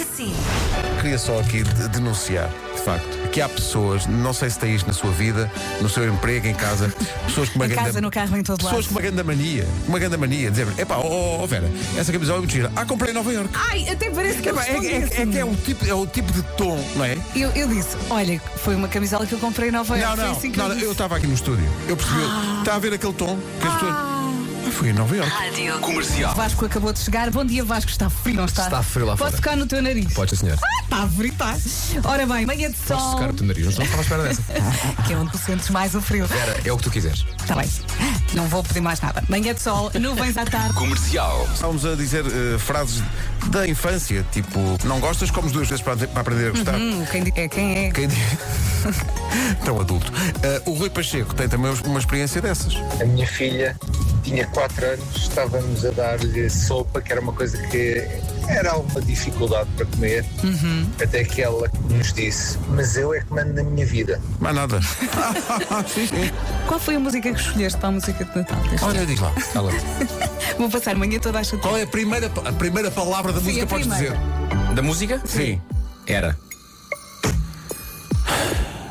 assim. queria só aqui de- denunciar, de facto, que há pessoas, não sei se tem isto na sua vida, no seu emprego, em casa, pessoas com uma Em grande- casa, no carro, em todo lado. Pessoas com uma grande mania, com uma grande mania, dizer epá, ó ó, Vera, essa camisola é muito gira. Ah, comprei em Nova Iorque. Ai, até parece que eu Epá, é, respondi é- é assim. que é o, tipo, é o tipo de tom, não é? eu, eu disse, olha, foi uma camisola que eu comprei em Nova Não, Iorque. não, foi assim que não, eu disse. Ah. eu estava aqui no estúdio. Eu percebi, está a ver aquele tom que as pessoas. Ah, fui em Nova Iorque. Rádio Comercial. Vasco acabou de chegar. Bom dia, Vasco. Está frio, não está? Está frio lá Pode fora. tocar no teu nariz. Pode, senhor. Ah, está a fritar. Ora bem, manhã de Posso sol, secar o teu nariz? Não estava à espera dessa. que é onde tu sentes mais o frio. Era, é o que tu quiseres. Está bem. Não vou pedir mais nada. Manhã de sol, nuvens à tarde. Comercial. Estávamos a dizer eh, frases da infância, tipo, não gostas, comes duas vezes para, para aprender a gostar. Hum, quem di- é quem é? Quem diz. Tão adulto. Eh, o Rui Pacheco tem também uma experiência dessas. A minha filha tinha 4 anos, estávamos a dar-lhe sopa, que era uma coisa que era alguma dificuldade para comer, Uhum. até que ela nos disse: Mas eu é que mando na minha vida. Mais nada. Qual foi a música que escolheste para a música de Natal? deste ano? Olha, diz lá. Alô. Vou passar manhã toda a chutar. Qual é a primeira, a primeira palavra da música a que podes dizer? primeira. Da música? Sim. Era.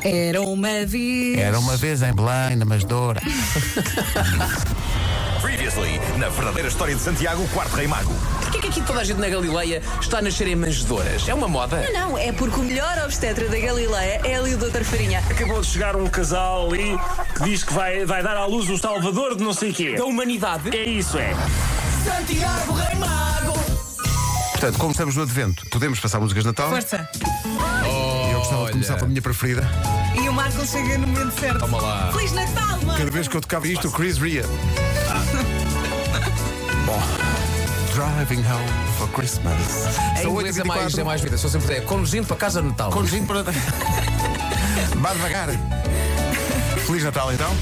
Era uma vez. uma vez em Belém, na Masdoura. Previously, na verdadeira história de Santiago, o quarto rei mago. Porquê que aqui toda a gente na Galileia está a nascer em manjedoras? É uma moda? Não, é porque o melhor obstetra da Galileia é ali o Dr. Farinha. Acabou de chegar um casal ali que diz que vai, vai dar à luz o salvador de não sei quê. Da humanidade? É isso, é. Portanto, como estamos no advento, podemos passar músicas de Natal? Força. Eu gostava de começar pela minha preferida. E o Marco chega no momento certo. Toma lá. Feliz Natal, Marco. Cada vez que eu tocava isto, o Chris ria. Bom. Driving home for Christmas. Em inglês é mais, é mais vida. Só sempre é conduzindo para casa de Natal. Conduzindo para. Vá devagar. Feliz Natal então.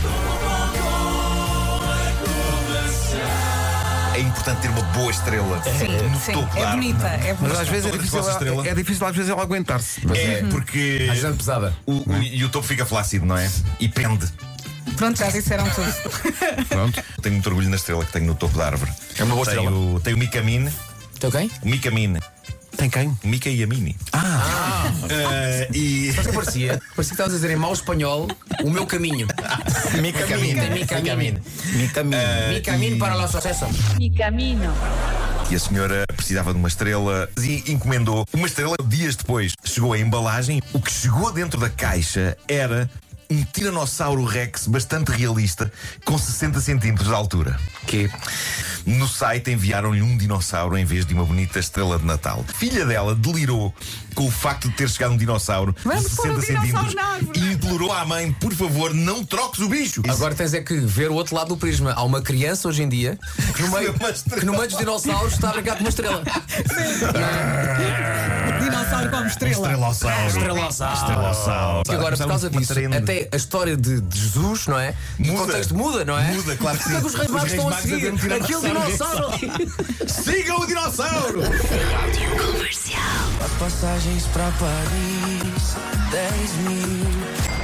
É importante ter uma boa estrela. Sim, sim. topo da É árvore. bonita, é Mas bonita. às vezes é Todas difícil, as vossas ela, estrelas. é difícil às vezes ela aguentar-se. É, porque. Às vezes é pesada. O, o- e o topo fica flácido, não é? E pende. Pronto, já disseram tudo. Pronto. Tenho muito orgulho na estrela que tenho no topo da árvore. É uma boa tenho, estrela. Tenho o Micamine. Estou bem? O Micamine. Tem quem? o Mica e a Mini. Ah! Eh, e. Mas que parecia? Parecia que estavas a dizer em mau espanhol o meu caminho. Mi Camine. Mi Eh, caminho. Mi Ah, É caminho. Mi caminho para o sucesso. E a senhora precisava de uma estrela e encomendou uma estrela. Dias depois chegou a embalagem. O que chegou dentro da caixa era um tiranossauro Rex bastante realista, com 60 centímetros de altura. Que? No site enviaram-lhe um dinossauro em vez de uma bonita estrela de Natal. Filha dela delirou com o facto de ter chegado um dinossauro Vamos de pôr 60 um dinossauro centímetros na árvore. e implorou à mãe: por favor, não troques o bicho. Agora tens é que ver o outro lado do prisma. Há uma criança hoje em dia que no meio, Uma estrela. que no meio dos dinossauros está a brincar com uma estrela. Dinossauro como estrela. Estrelossauro. Estrelossauro. Estrelossauro. Que agora, por causa Uma disso, um trend. até a história de, de Jesus, não é? O Muda. contexto muda, não é? Muda, claro que Porque sim. os reis magos Os reis estão a magos a seguir ver um aquele dinossauro. Siga o dinossauro!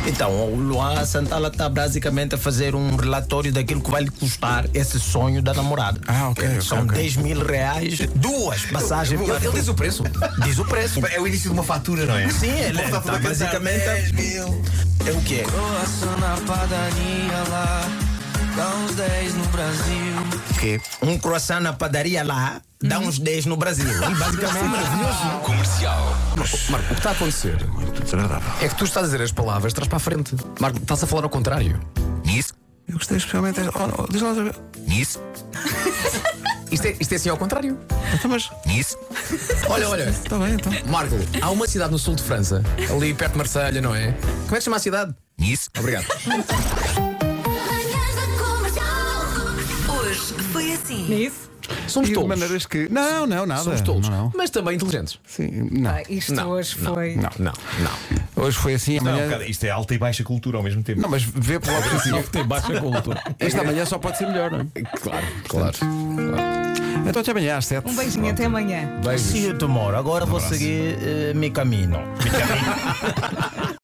Então, o Luan Santana está basicamente a fazer um relatório daquilo que vai lhe custar esse sonho da namorada. Ah, ok, ok, São ok. 10 mil reais, duas passagens. Ele, ele diz o preço. Diz o preço. É o início de uma fatura, não é? Sim, ele Volta está a falar que basicamente. dá a- 10 mil. É o que é? Que? Um croissant na padaria lá dá uns 10 no Brasil. E basicamente. Marco, o que está a acontecer é que tu estás a dizer as palavras, traz para a frente. Marco, estás a falar ao contrário. Nisso, Eu gostei especialmente. Oh, oh, diz lá outra vez. nisso, Isto é, isto é assim ao contrário. Então, mas. nisso. Olha, olha. Está bem, então. Marco, há uma cidade no sul de França, ali perto de Marselha, não é? Como é que se chama a cidade? Nisso. Obrigado. Manhãs da Comercial. Hoje foi assim. É isso? Somos E de tolos. maneiras que. Não, não, nada. Somos tolos. Não, não. é? Mas também inteligentes. Sim, não. Ah, isto Não, hoje não, foi. Não. Não, não. Hoje foi assim, Não, amanhã. cara, isto é alta e baixa cultura ao mesmo tempo. Não, mas vê pelo lado positivo. Tem baixa cultura. Esta manhã só pode ser melhor, não é? Claro, claro. Então até amanhã às 7. Um beijinho, até amanhã. Beijos. um See you tomorrow. Agora vou seguir eh, meu caminho.